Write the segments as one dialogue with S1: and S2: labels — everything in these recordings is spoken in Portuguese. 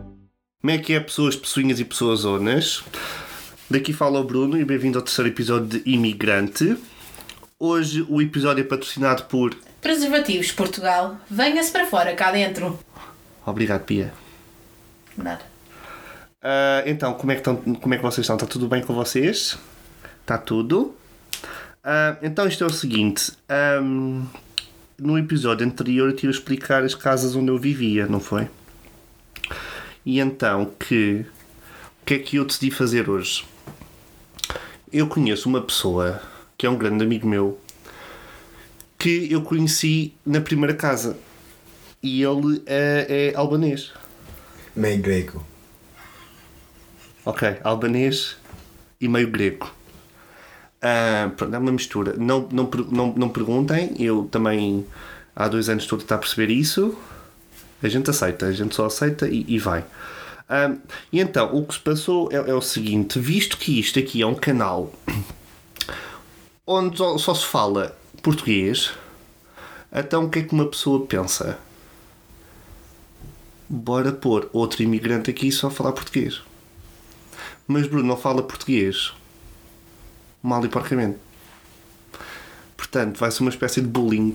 S1: Como é que é pessoas pessoinhas e pessoas zonas? Daqui fala o Bruno e bem-vindo ao terceiro episódio de Imigrante. Hoje o episódio é patrocinado por.
S2: Preservativos Portugal, venha-se para fora, cá dentro.
S1: Obrigado, Pia.
S2: Nada.
S1: Ah, então, como é, que estão, como é que vocês estão? Está tudo bem com vocês? Está tudo? Ah, então, isto é o seguinte: ahm, no episódio anterior eu tive a explicar as casas onde eu vivia, não foi? E então, que, o que é que eu decidi fazer hoje? Eu conheço uma pessoa que é um grande amigo meu que eu conheci na primeira casa e ele eh, é albanês.
S3: Meio grego.
S1: Ok, albanês e meio grego. Ah, pronto, é uma mistura. Não, não, per- não, não perguntem, eu também há dois anos estou a tentar perceber isso. A gente aceita, a gente só aceita e, e vai. Ah, e então, o que se passou é, é o seguinte: visto que isto aqui é um canal onde só, só se fala português, então o que é que uma pessoa pensa? Bora pôr outro imigrante aqui e só falar português. Mas Bruno não fala português. Mal e porcamente. Portanto, vai ser uma espécie de bullying.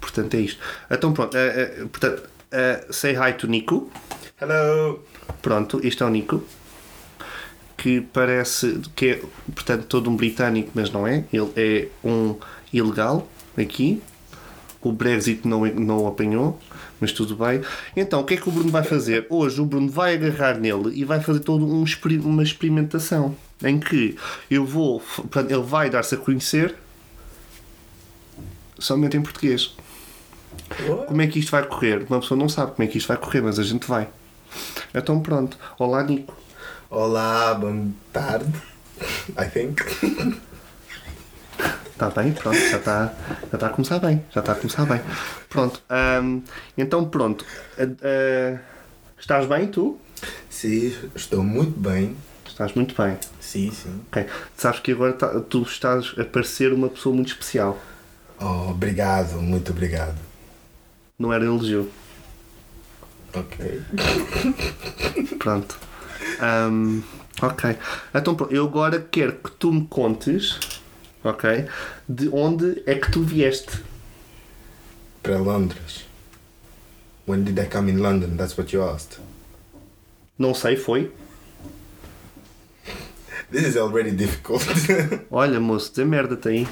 S1: Portanto, é isto. Então, pronto. eh, eh, portanto, eh, say hi to Nico.
S3: Hello!
S1: Pronto, este é o Nico. Que parece que é, portanto, todo um britânico, mas não é. Ele é um ilegal aqui. O Brexit não, não o apanhou, mas tudo bem. Então, o que é que o Bruno vai fazer? Hoje o Bruno vai agarrar nele e vai fazer toda um, experi- uma experimentação em que eu vou. f- Portanto, ele vai dar-se a conhecer somente em português. Como é que isto vai correr? Uma pessoa não sabe como é que isto vai correr, mas a gente vai. Então pronto. Olá, Nico.
S3: Olá, boa tarde. I think.
S1: Está Tá bem? Pronto, já está já tá a começar bem. Já está a começar bem. Pronto. ahm, então pronto. Ah, ah, estás bem, tu?
S3: Sim, estou muito bem.
S1: Estás muito bem.
S3: Sim, sim.
S1: Ok. Sabes que agora tá- tu estás a parecer uma pessoa muito especial.
S3: Oh, obrigado, muito obrigado.
S1: Não era elogio.
S3: Ok.
S1: Pronto. Ahm, ok. Então pronto. Eu agora quero que tu me contes, ok? De onde é que tu vieste?
S3: Para Londres. When did I come in London? That's what you asked.
S1: Não sei, foi?
S3: This is already difficult.
S1: Olha, moço, dê merda tem aí.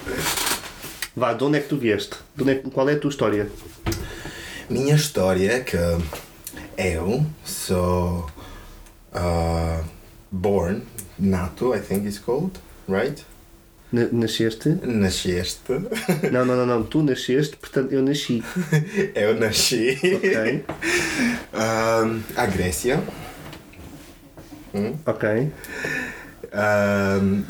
S1: Vá, de onde é que tu vieste? De onde é que- qual é a tua história?
S3: Minha história é que eu sou ah, born, nato, I think it's called, right?
S1: Na- nasceste?
S3: Nasceste.
S1: Não, não, não, não. Tu nasceste, portanto eu nasci.
S3: Eu nasci.
S1: Ok?
S3: Ahm, a Grécia.
S1: Ok.
S3: Ahm,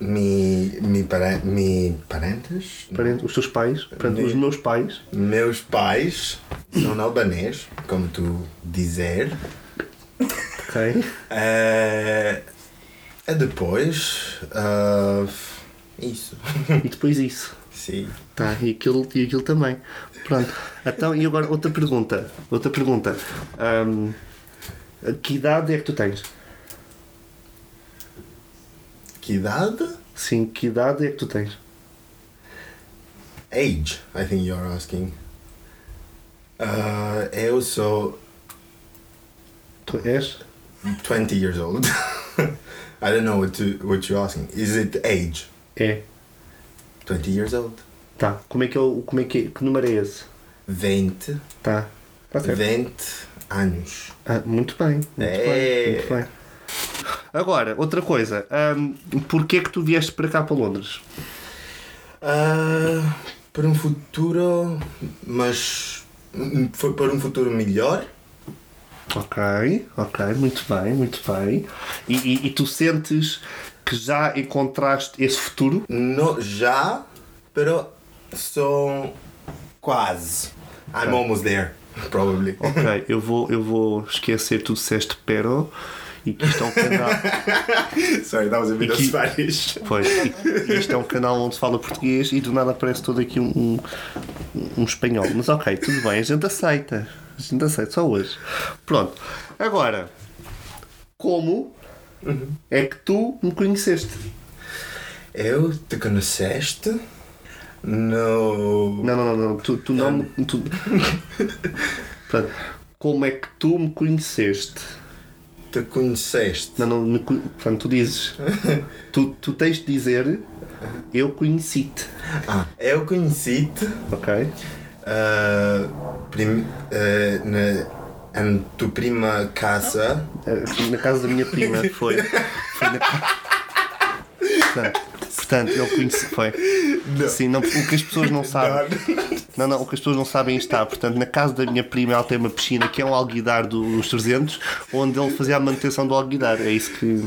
S3: me, me, pare, me parentes?
S1: Parente- os teus pais, portanto, os meus pais.
S3: Meus pais são albanês, como tu dizer.
S1: Ok.
S3: Eh, e depois. ah, isso.
S1: E depois isso.
S3: Sim.
S1: Tá, e aquilo, e aquilo também. Pronto. Então, e agora outra pergunta. Outra pergunta. Ahm, que idade é que tu tens?
S3: Que idade?
S1: Sim, que idade é que tu tens?
S3: Age, I think you're asking. Ah, eu sou
S1: Tu és?
S3: 20 years old. I don't know what to, what you're asking. Is it age?
S1: É.
S3: 20 years old.
S1: Tá. Como é que é o. Como é que é? Que número é esse?
S3: 20,
S1: Tá. Tá certo.
S3: 20 anos.
S1: Ah, muito bem, muito,
S3: É.
S1: bem, muito bem. Agora, outra coisa, hum, porquê é que tu vieste para cá, para Londres?
S3: Ah, para um futuro, mas hum, foi para um futuro melhor.
S1: Ok, ok, muito bem, muito bem. E, e- e tu sentes que já encontraste esse futuro?
S3: No, já, pero sou quase. I'm almost there, probably.
S1: Ok, eu vou, eu vou esquecer que tu disseste pero e que isto é um canal.
S3: Sorry, that was a bit of
S1: Aqui-
S3: Spanish.
S1: Pois, e- e isto é um canal onde se fala português e do nada aparece todo aqui um, um, um espanhol. Mas ok, tudo bem, a gente aceita. A gente aceita, só hoje. Pronto. Agora, como é que tu me conheceste?
S3: Eu te conheceste no.
S1: Não, não, não, não. Tu, tu não me. Tu... Pronto. Como é que tu me conheceste?
S3: Te conheceste.
S1: Não, não, me, co- portanto, tu dizes. Tu, tu tens de dizer eu conheci-te.
S3: Ah, eu conheci-te
S1: Ok?
S3: ah, prim, ah, na, em tua prima casa.
S1: Eh, Na casa da minha prima foi. Foi na ca- Portanto, portanto, eu conheci. Foi. Sim, não, o que as pessoas não sabem. Não, não, o que as pessoas não sabem está. Portanto, na casa da minha prima ela tem uma piscina que é um alguidar do- dos 300, onde ele fazia a manutenção do alguidar. É isso que.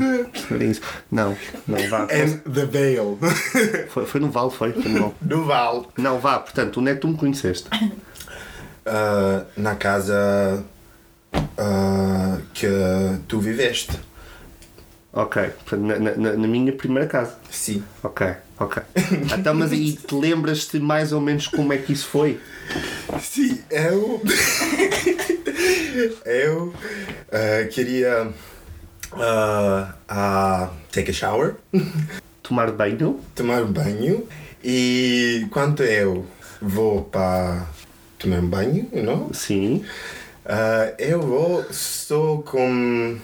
S1: É isso. Não, não, vá.
S3: And Ah. the Vale.
S1: Foi, foi no Vale, foi. foi no Vale.
S3: No Vale.
S1: Não, vá, portanto, onde é que tu me conheceste?
S3: Ah, na casa ah, que tu viveste.
S1: Ok, portanto, na, na- na- na minha primeira casa.
S3: Sim.
S1: Ok, ok. Então, mas e te lembras-te mais ou menos como é que isso foi?
S3: Sim, eu. eu ah, queria. ah, ah, take a shower,
S1: Tomar banho?
S3: tomar um banho. E quando eu vou para tomar um banho, you know,
S1: Sim.
S3: ah, eu vou só com.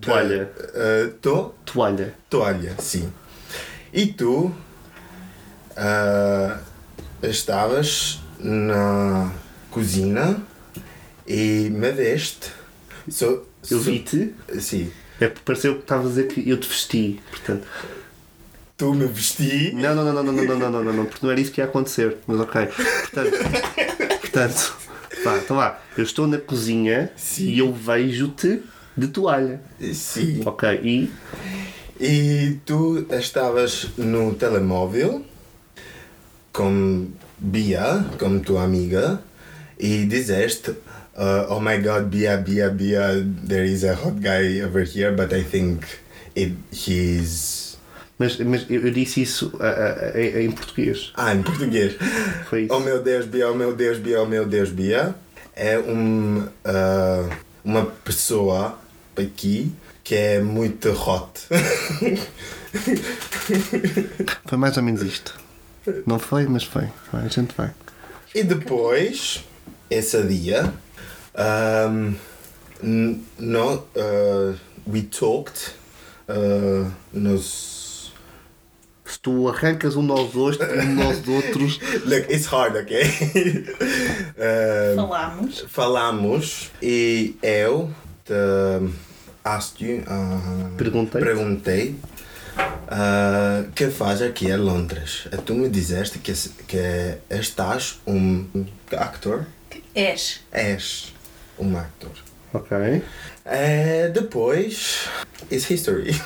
S1: Toalha.
S3: Ah, to,
S1: Toalha.
S3: toalha, sim. E tu ah, estavas na cozinha e me veste. So,
S1: Eu
S3: so-
S1: vi-te.
S3: Sim.
S1: É porque pareceu que estavas a dizer que eu te vesti. Portanto,
S3: Tu me vesti.
S1: não, não, não, não, não, não, não, não, não, não, porque não era isso que ia acontecer. Mas ok. Portanto, portanto vá, então vá. Eu estou na cozinha
S3: Sim.
S1: e eu vejo-te de toalha.
S3: Sim.
S1: Ok, e.
S3: E tu estavas no telemóvel com Bia, com tua amiga, e dizeste: uh, Oh my god, Bia, Bia, Bia, there is a hot guy over here, but I think it, he's.
S1: Mas, mas eu eu disse isso a- a- a- em português.
S3: Ah, em português.
S1: Foi isso.
S3: Oh meu Deus, Bia, oh meu Deus, Bia, oh meu Deus, Bia. É um, ah, uma pessoa aqui que é muito hot.
S1: Foi mais ou menos isto. Não foi, mas foi. Vai, a gente vai.
S3: E depois, esse dia, um, n- no, uh, we talked, uh, nos...
S1: Se tu arrancas um aos outros, um aos outros.
S3: Look, it's hard, ok? Um,
S2: Falámos.
S3: falamos e eu te asked you, uh,
S1: Perguntei.
S3: perguntei uh, que faz aqui em Londres. E tu me disseste que, que estás um actor.
S2: És.
S3: És um actor.
S1: Ok.
S3: É, depois. It's history.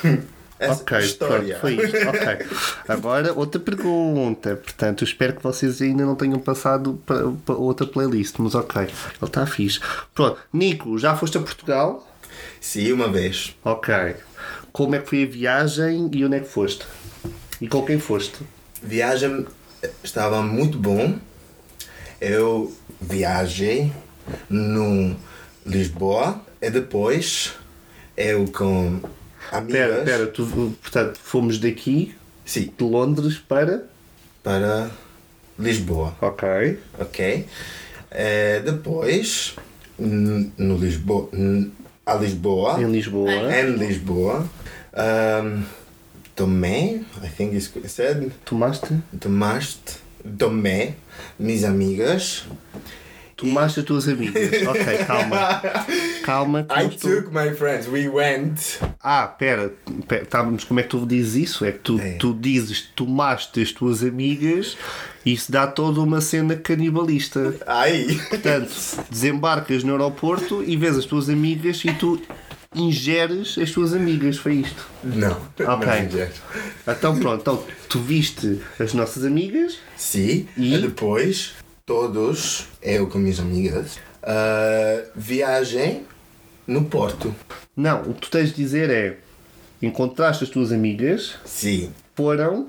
S3: É
S1: ok, pronto, foi isto. Ok. Agora, outra pergunta. Portanto, eu espero que vocês ainda não tenham passado para, para outra playlist, mas ok. Ele está fixe. Pronto, Nico, já foste a Portugal?
S3: Sim, uma vez.
S1: Ok. Como é que foi a viagem e onde é que foste? E com quem foste?
S3: Viagem eh, estava muito bom. Eu viajei no Lisboa e depois eu com amigas.
S1: Espera, espera, tu, portanto, fomos daqui,
S3: Sim,
S1: de Londres para.
S3: para Lisboa.
S1: Ok.
S3: ok? Eh, depois, n- no Lisboa, n- a Lisboa,
S1: Em Lisboa.
S3: em Lisboa, ahm, tomei, I think it's it said,
S1: Tomaste?
S3: tomaste, tomei, minhas amigas,
S1: Tomaste as tuas amigas. Ok, calma. Calma. que
S3: I
S1: não estou-
S3: took my friends, we went,
S1: Ah, pera, pera tá, mas como é que tu dizes isso? É que tu,
S3: É.
S1: tu dizes tomaste as tuas amigas e isso dá toda uma cena canibalista.
S3: ai,
S1: Portanto, desembarcas no aeroporto e vês as tuas amigas e tu ingeres as tuas amigas. Foi isto.
S3: não,
S1: Ok.
S3: não, gente.
S1: Então pronto, então, tu viste as nossas amigas.
S3: Sim,
S1: E?
S3: e, depois todos, eu com minhas amigas, ah, viagem no Porto,
S1: Não, o que tu tens de dizer é encontraste as tuas amigas,
S3: sim,
S1: foram,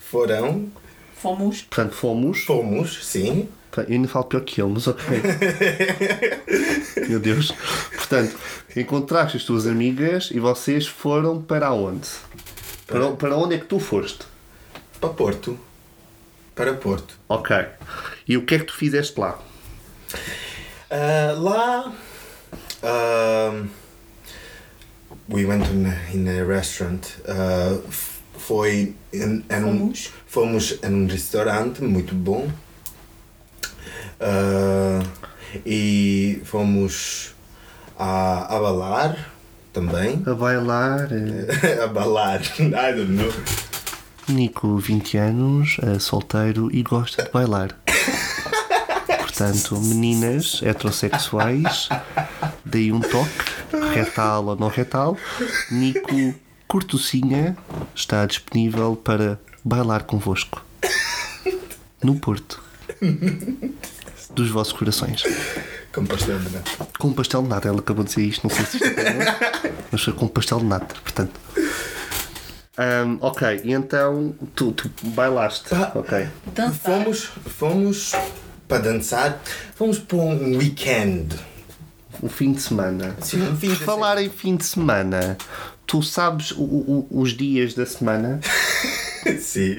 S3: foram
S2: Fomos.
S1: portanto fomos
S3: Fomos, sim,
S1: Pá, Eu ainda falo pior que ele, mas ok. Meu Deus. Portanto, encontraste as tuas amigas e vocês foram para onde? Para, para onde é que tu foste?
S3: Para Porto. Para Porto.
S1: Ok. E o que é que tu fizeste lá?
S3: Uh, lá. um, we went in a, in a restaurant. Uh, f- foi. Em, em um,
S2: Fomos?
S3: fomos em um restaurante muito bom. Uh, e fomos a, a balar também.
S1: A bailar. eh,
S3: a balar. I don't know.
S1: Nico, 20 anos, eh, solteiro e gosta de bailar. Portanto, meninas heterossexuais, dei um toque, retal ou não retal. Nico Cortocinha está disponível para bailar convosco. No Porto. Dos vossos corações.
S3: Com pastel de nata.
S1: Com um pastel de nata, ela acabou de dizer isto, não sei se isto é mas foi com pastel de nata, portanto. Ahm, ok, e então tu, tu bailaste.
S3: Ah.
S1: Ok.
S2: Dançar.
S3: Fomos, fomos para dançar, fomos para um weekend.
S1: O Um fim de semana.
S3: Sim, um fim
S1: Por
S3: de
S1: falar em fim de semana, tu sabes o- o- o- os dias da semana?
S3: Sim.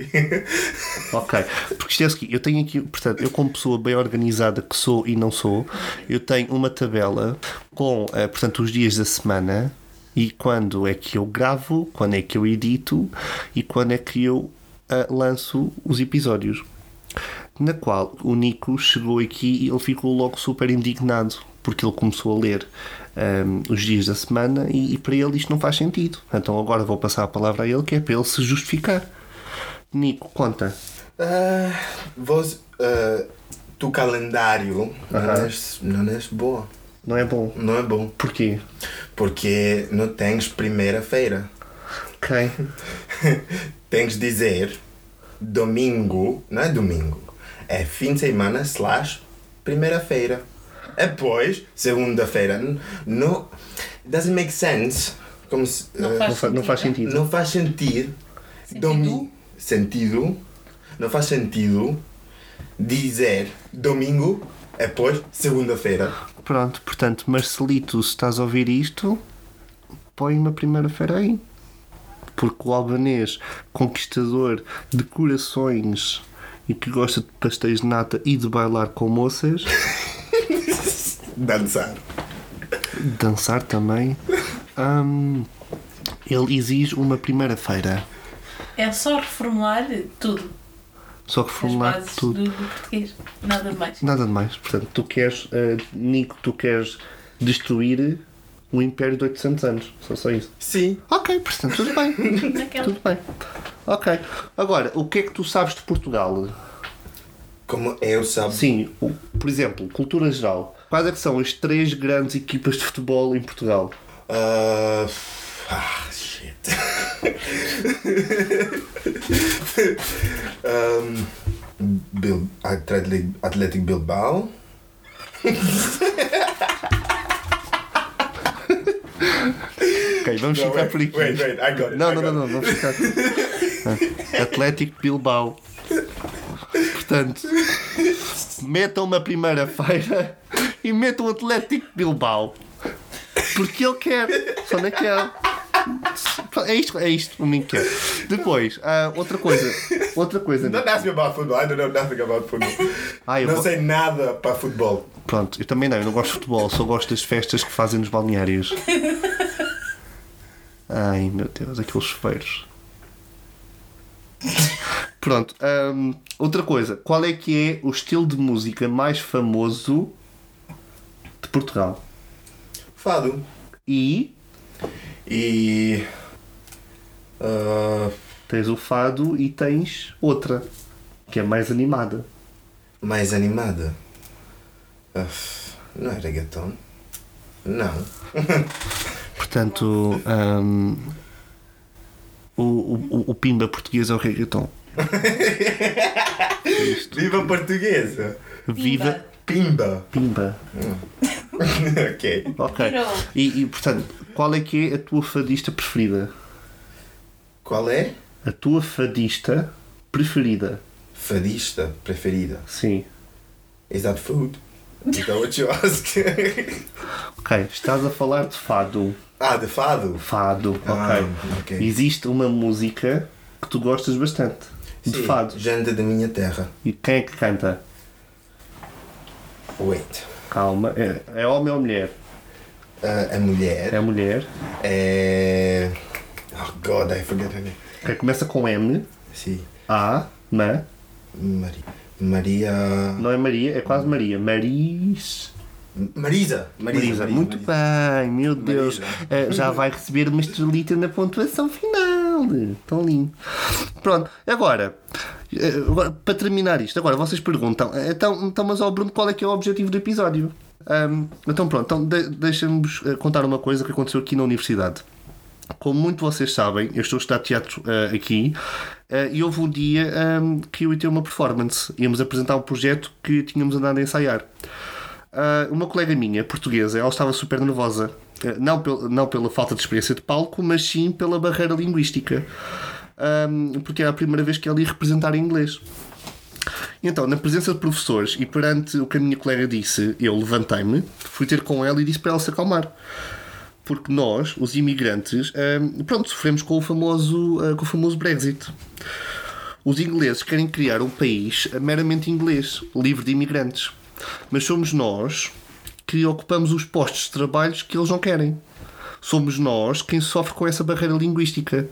S1: Ok, porque isto é o seguinte, eu tenho aqui, portanto, eu como pessoa bem organizada que sou e não sou, eu tenho uma tabela com, eh, portanto, os dias da semana e quando é que eu gravo, quando é que eu edito e quando é que eu ah, lanço os episódios. Na qual o Nico chegou aqui e ele ficou logo super indignado porque ele começou a ler ahm, os dias da semana e, e para ele isto não faz sentido. Então agora vou passar a palavra a ele que é para ele se justificar. Nico, conta.
S3: Ah, vos, ah, tu calendário não, és, não és boa.
S1: Não é bom.
S3: Não é bom.
S1: Porquê?
S3: Porque não tens primeira-feira.
S1: Ok.
S3: tens de dizer domingo, não é domingo, é fim de semana slash primeira-feira. Depois, segunda-feira. N- Não. Doesn't make sense. Como se,
S2: Não
S3: eh,
S1: Não, fa- não faz sentido.
S3: não faz sentido.
S2: Sentido?
S3: sentido. Não faz sentido dizer domingo, depois segunda-feira.
S2: é?
S1: Pronto, portanto, Marcelito, se estás a ouvir isto, põe uma primeira-feira aí. Porque o albanês, conquistador de corações e que gosta de pastéis de nata e de bailar com moças,
S3: Dançar.
S1: de dançar também, hum, ele exige uma primeira-feira.
S2: É só reformular tudo.
S1: Só que
S2: As
S1: formular
S2: bases
S1: tudo.
S2: do, do português. Nada mais.
S1: Nada de mais. Portanto, tu queres, eh, Nico, tu queres destruir o império de 800 anos. Só só isso.
S3: Sim.
S1: Ok, portanto, tudo bem.
S2: Naquela-
S1: tudo bem. Ok. Agora, o que é que tu sabes de Portugal?
S3: Como eu sabo.
S1: Sim, o- por exemplo, cultura geral. Quais é que são as três grandes equipas de futebol em Portugal?
S3: Ah, ah, shit. um, Bil Athletic, Athletic Bilbao.
S1: Ok, vamos ficar por aqui.
S3: wait, wait, I got it.
S1: Não,
S3: I
S1: não, não,
S3: got
S1: não, vamos ficar. Ah, Atlético Bilbao. Portanto, metam uma primeira-feira e metam o Atlético Bilbao. Porque ele quer, só naquele. É isto, é isto, o menino quer. Depois, ah, outra coisa, outra coisa.
S3: Don't ask me about football. I don't know nothing about football.
S1: Ah, eu
S3: não
S1: vou-
S3: sei nada para futebol.
S1: Pronto, eu também não, eu não gosto de futebol, só gosto das festas que fazem nos balneários. Ai meu Deus, aqueles chuveiros. Pronto, hum, outra coisa, qual é que é o estilo de música mais famoso de Portugal?
S3: Fado.
S1: E
S3: E. ah,
S1: tens o fado e tens outra, que é mais animada.
S3: mais animada. Ah, não é reggaeton? Não.
S1: Portanto, hum, o, o, o pimba português é o reggaeton.
S3: Viva portuguesa!
S1: Viva
S3: Pimba!
S1: Pimba!
S3: ok.
S1: Ok.
S2: Tirou.
S1: E, e, portanto, qual é que é a tua fadista preferida?
S3: Qual é?
S1: A tua fadista preferida?
S3: Fadista preferida.
S1: Sim.
S3: Is that food? Então, Is that what you ask?
S1: Ok, estás a falar de fado.
S3: ah, de fado?
S1: Fado, ok.
S3: Ah, ok.
S1: Existe uma música que tu gostas bastante. De
S3: Sim,
S1: fado.
S3: Gente da minha terra.
S1: E quem é que canta?
S3: Wait.
S1: Calma. É, é homem ou mulher?
S3: Ah, a mulher
S1: É mulher.
S3: é... Oh God, I forget her name.
S1: Ok, começa com M.
S3: Sim.
S1: A. Ma.
S3: Maria. Maria...
S1: Não é Maria, é quase Maria. Maris.
S3: Marisa. Marisa.
S1: Marisa. Muito
S3: Marisa.
S1: bem, meu Deus. Eh, já vai receber uma estrelita na pontuação final. Tão lindo. Pronto, agora, eh, agora, para terminar isto, agora vocês perguntam, eh, então, então mas ó Bruno, qual é que é o objetivo do episódio? Ahm, então pronto, então, de, deixem-vos eh, contar uma coisa que aconteceu aqui na universidade. Como muito vocês sabem, eu estou a estudar teatro eh, aqui eh, e houve um dia ahm, que eu ia ter uma performance. Íamos apresentar um projeto que tínhamos andado a ensaiar. Ah, uma colega minha, portuguesa, ela estava super nervosa. Ah, não, pel- não pela falta de experiência de palco, mas sim pela barreira linguística. Ahm, porque era a primeira vez que ela ia representar em inglês. E Então, na presença de professores e perante o que a minha colega disse, eu levantei-me, fui ter com ela e disse para ela se acalmar. Porque nós, os imigrantes, ahm, pronto, sofremos com o famoso, ah, com o famoso Brexit. Os ingleses querem criar um país meramente inglês, livre de imigrantes. Mas somos nós que ocupamos os postos de trabalho que eles não querem. Somos nós quem sofre com essa barreira linguística.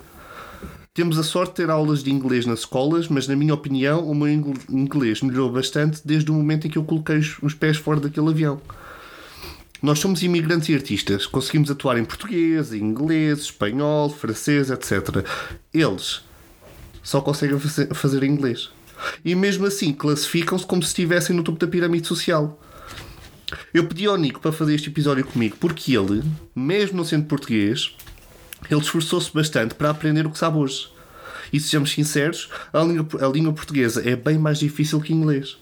S1: Temos a sorte de ter aulas de inglês nas escolas, mas na minha opinião o meu ingle- inglês melhorou bastante desde o momento em que eu coloquei os- os pés fora daquele avião. Nós somos imigrantes e artistas. Conseguimos atuar em português, em inglês, espanhol, francês, etc. Eles só conseguem faze- fazer em inglês. E mesmo assim classificam-se como se estivessem no topo da pirâmide social. Eu pedi ao Nico para fazer este episódio comigo porque ele, mesmo não sendo português, ele esforçou-se bastante para aprender o que sabe hoje. E sejamos sinceros, a língua, a língua portuguesa é bem mais difícil que o inglês.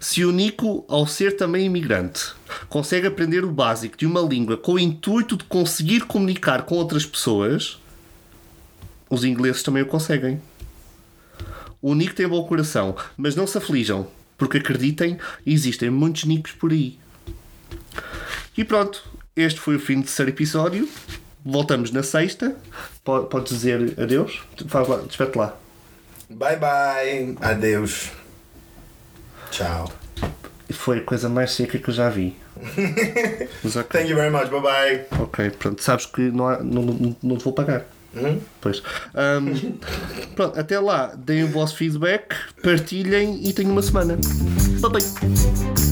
S1: Se o Nico, ao ser também imigrante, consegue aprender o básico de uma língua com o intuito de conseguir comunicar com outras pessoas, os ingleses também o conseguem. O Nico tem bom coração, mas não se aflijam, porque acreditem, existem muitos Nicos por aí. E pronto, este foi o fim do terceiro episódio. Voltamos na sexta. Po- Podes dizer adeus? Faz lá, despete lá.
S3: Bye bye. Adeus. Tchau.
S1: Foi a coisa mais seca que eu já vi. Mas ok.
S3: Thank you very much. Bye bye.
S1: Ok, pronto. Sabes que não, há- não, não, não te vou pagar.
S3: Hum?
S1: Pois. Ahm, pronto, até lá. Deem o vosso feedback, partilhem e tenham uma semana. Bye bye.